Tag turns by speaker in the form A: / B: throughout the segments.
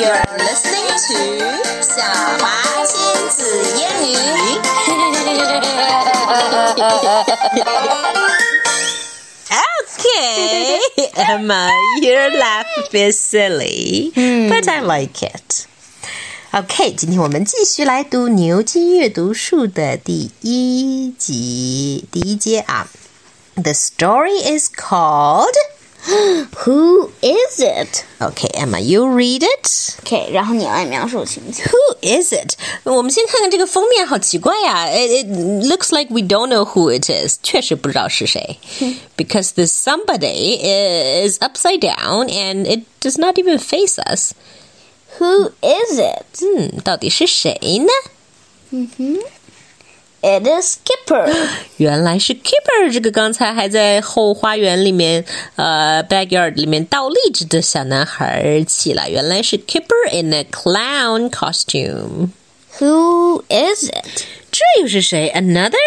A: You're listening to 小华亲子英语。
B: Okay, Emma, your laugh is silly,
A: Hmm.
B: but I like it. OK，今天我们继续来读《牛津阅读树》的第一集第一节啊。The story is called.
C: Who is it?
B: OK, Emma, you read it.
C: OK，然后你来描述情景。
B: Who is it? 我们先看看这个封面，好奇怪呀、It, it looks like we don't know who it is. 确实不知道是谁，because this somebody is upside down and it does not even face us.
C: Who is it?
B: 嗯，到底是谁呢？
C: It is Skipper.
B: 原来是 Keeper 这个刚才还在后花园里面，呃，backyard 里面倒立着的小男孩儿起来，原来是 Keeper in a clown costume。
C: Who is it?
B: 这又是谁？Another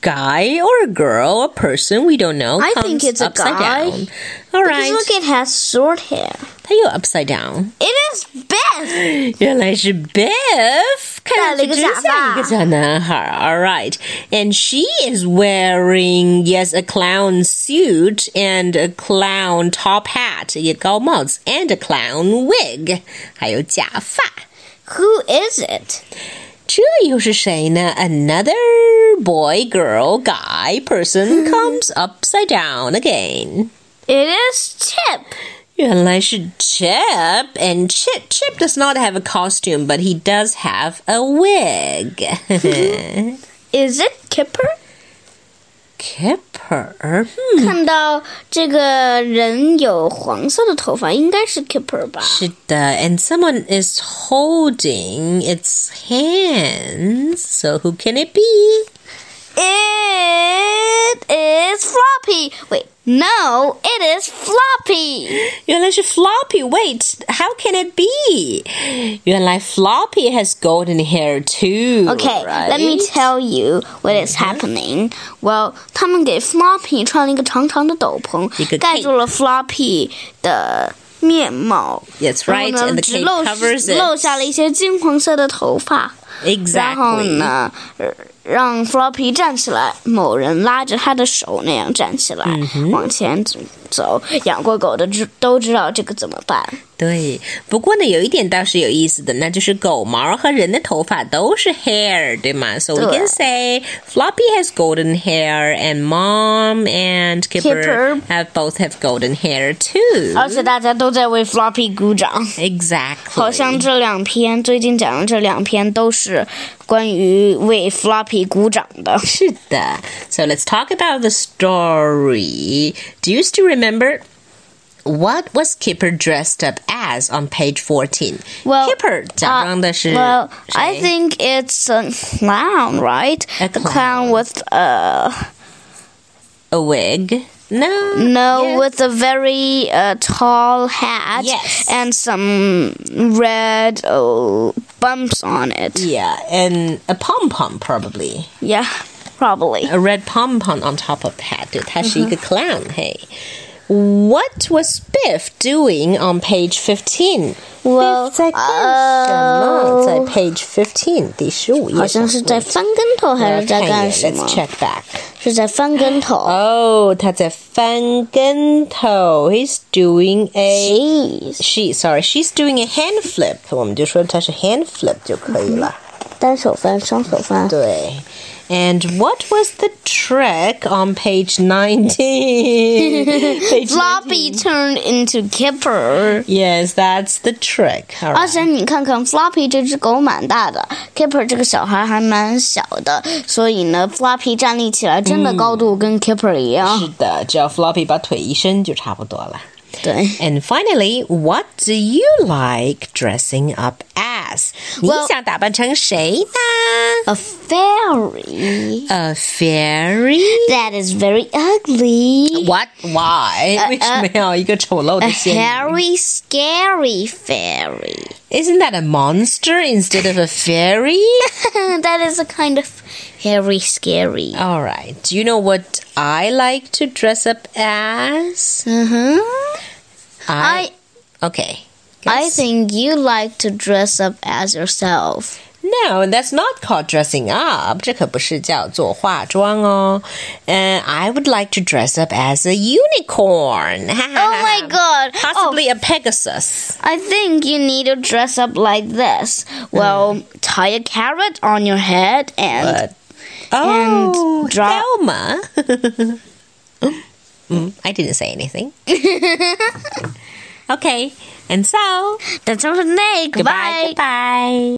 B: guy or a girl, a person we don't know.
C: I
B: comes
C: think it's a
B: upside
C: guy.
B: Down. All
C: Because
B: right，
C: look, it has short hair.
B: 他又 upside down。
C: It is Beth.
B: 原来是 Biff，
C: 戴
B: 看
C: 了
B: 上
C: 一
B: 去
C: 个
B: 真
C: 假
B: 像一
C: 发
B: 个小男孩儿。All right, and she is wearing yes a clown suit and a clown top hat，一个高帽子，and a clown wig，还有假发。
C: Who is it?
B: 这又是谁呢？Another boy, girl, guy, person comes upside down again。
C: It is Chip.
B: 原来是 Chip and Chip Chip does not have a costume, but he does have a wig.
C: Is it Kipper?
B: Kipper，嗯，Hmm.
C: 看到这个人有黄色的头发，应该是 Kipper 吧？
B: 是的，and someone is holding its hands. So who can it be?
C: It is Floppy. Wait, no, it is Floppy.
B: 原来是 Floppy. Wait, how can it be? 原来 Floppy has golden hair too.
C: Okay, let me
B: right? Mm-hmm.
C: tell you what is happening. Well，他们给 Floppy 穿了一个长长的斗篷
B: 一个，
C: 盖住了 Floppy 的面貌。
B: That's
C: 然后
B: right,
C: 呢
B: and the
C: 只
B: cape
C: 露
B: covers it.
C: 露下了一些金黄色的头发。然后
B: Exactly.
C: 呢，呃让 Floppy 站起来，某人拉着他的手那样站起来，
B: Mm-hmm
C: 往前走走。养过狗的知都知道这个怎么办。
B: 对，不过呢，有一点倒是有意思的，那就是狗毛和人的头发都是 hair，对吗？So we
C: 对
B: can say Floppy has golden hair, and Mom and Kipper,
C: Kipper. Uh,
B: have both have golden hair too.
C: 而且大家都在为 Floppy 鼓掌。
B: Exactly.
C: 好像这两篇最近讲的这两篇都是关于为 Floppy 鼓掌的。
B: 是的，So let's talk about the story. Do you still remember? What was Kipper dressed up as on page fourteen?
C: Well,
B: Kipper 假
C: Uh,
B: 装的是
C: well, I
B: 谁
C: think it's a clown, right?
B: A
C: The clown with uh
B: a wig. No,
C: no,
B: Yes.
C: with a very uh, tall hat
B: Yes.
C: and some red oh, bumps on it.
B: Yeah, and a pom pom probably
C: Yeah, probably.
B: a red pom pom on top of the hat.
C: Mm-hmm.
B: 对，他是一个 clown. Hey, what was Biff doing on page fifteen?
C: Well,
B: 在干什么？在
C: uh,
B: page fifteen 第十五页。
C: 好像是在翻跟头还是在干什么？
B: Let's check back.
C: 是在翻跟头。
B: Oh, 他在翻跟头. He's doing a
C: Jeez！
B: she. Sorry, she's doing a hand flip. 我们就说她是 hand flip 就可以了。
C: 单手翻，双手翻。
B: And what was the trick on page 19? page
C: Floppy turned into Kipper。
B: Yes, that's the trick. All
C: 而
B: right.
C: 且你看看 Floppy 这只狗蛮大的，Kipper 这个小孩还蛮小的，所以呢，Floppy 站立起来真的高度跟 Kipper 一样。
B: 是的，只要 uh, Floppy 把腿一伸就差不多了。
C: 对
B: And finally, what do you like dressing up as?
C: Well-
B: 你想打扮成谁呢？
C: ，A fairy
B: A fairy?
C: that is very ugly,
B: What? Why?
C: Uh, uh,
B: 为什么要一个丑陋的
C: a
B: 仙女？
C: hairy, scary fairy.
B: Isn't that a monster instead of a fairy?
C: that is a kind of hairy, scary.
B: All right. Do you know what I like to dress up as?
C: Uh huh.
B: I,
C: Uh-huh. I
B: okay.
C: I think you like to dress up as yourself.
B: No, that's not called dressing up. 这可不是叫做化妆哦。Uh, I would like to dress up as a unicorn.
C: Oh my god! Oh,
B: Possibly a Pegasus.
C: I think you need to dress up like this. Well, tie a carrot on your head and.
B: Oh,
C: draw-
B: Thelma. Mm, I didn't say anything. okay, and so
C: That's all for today. Goodbye.
B: goodbye.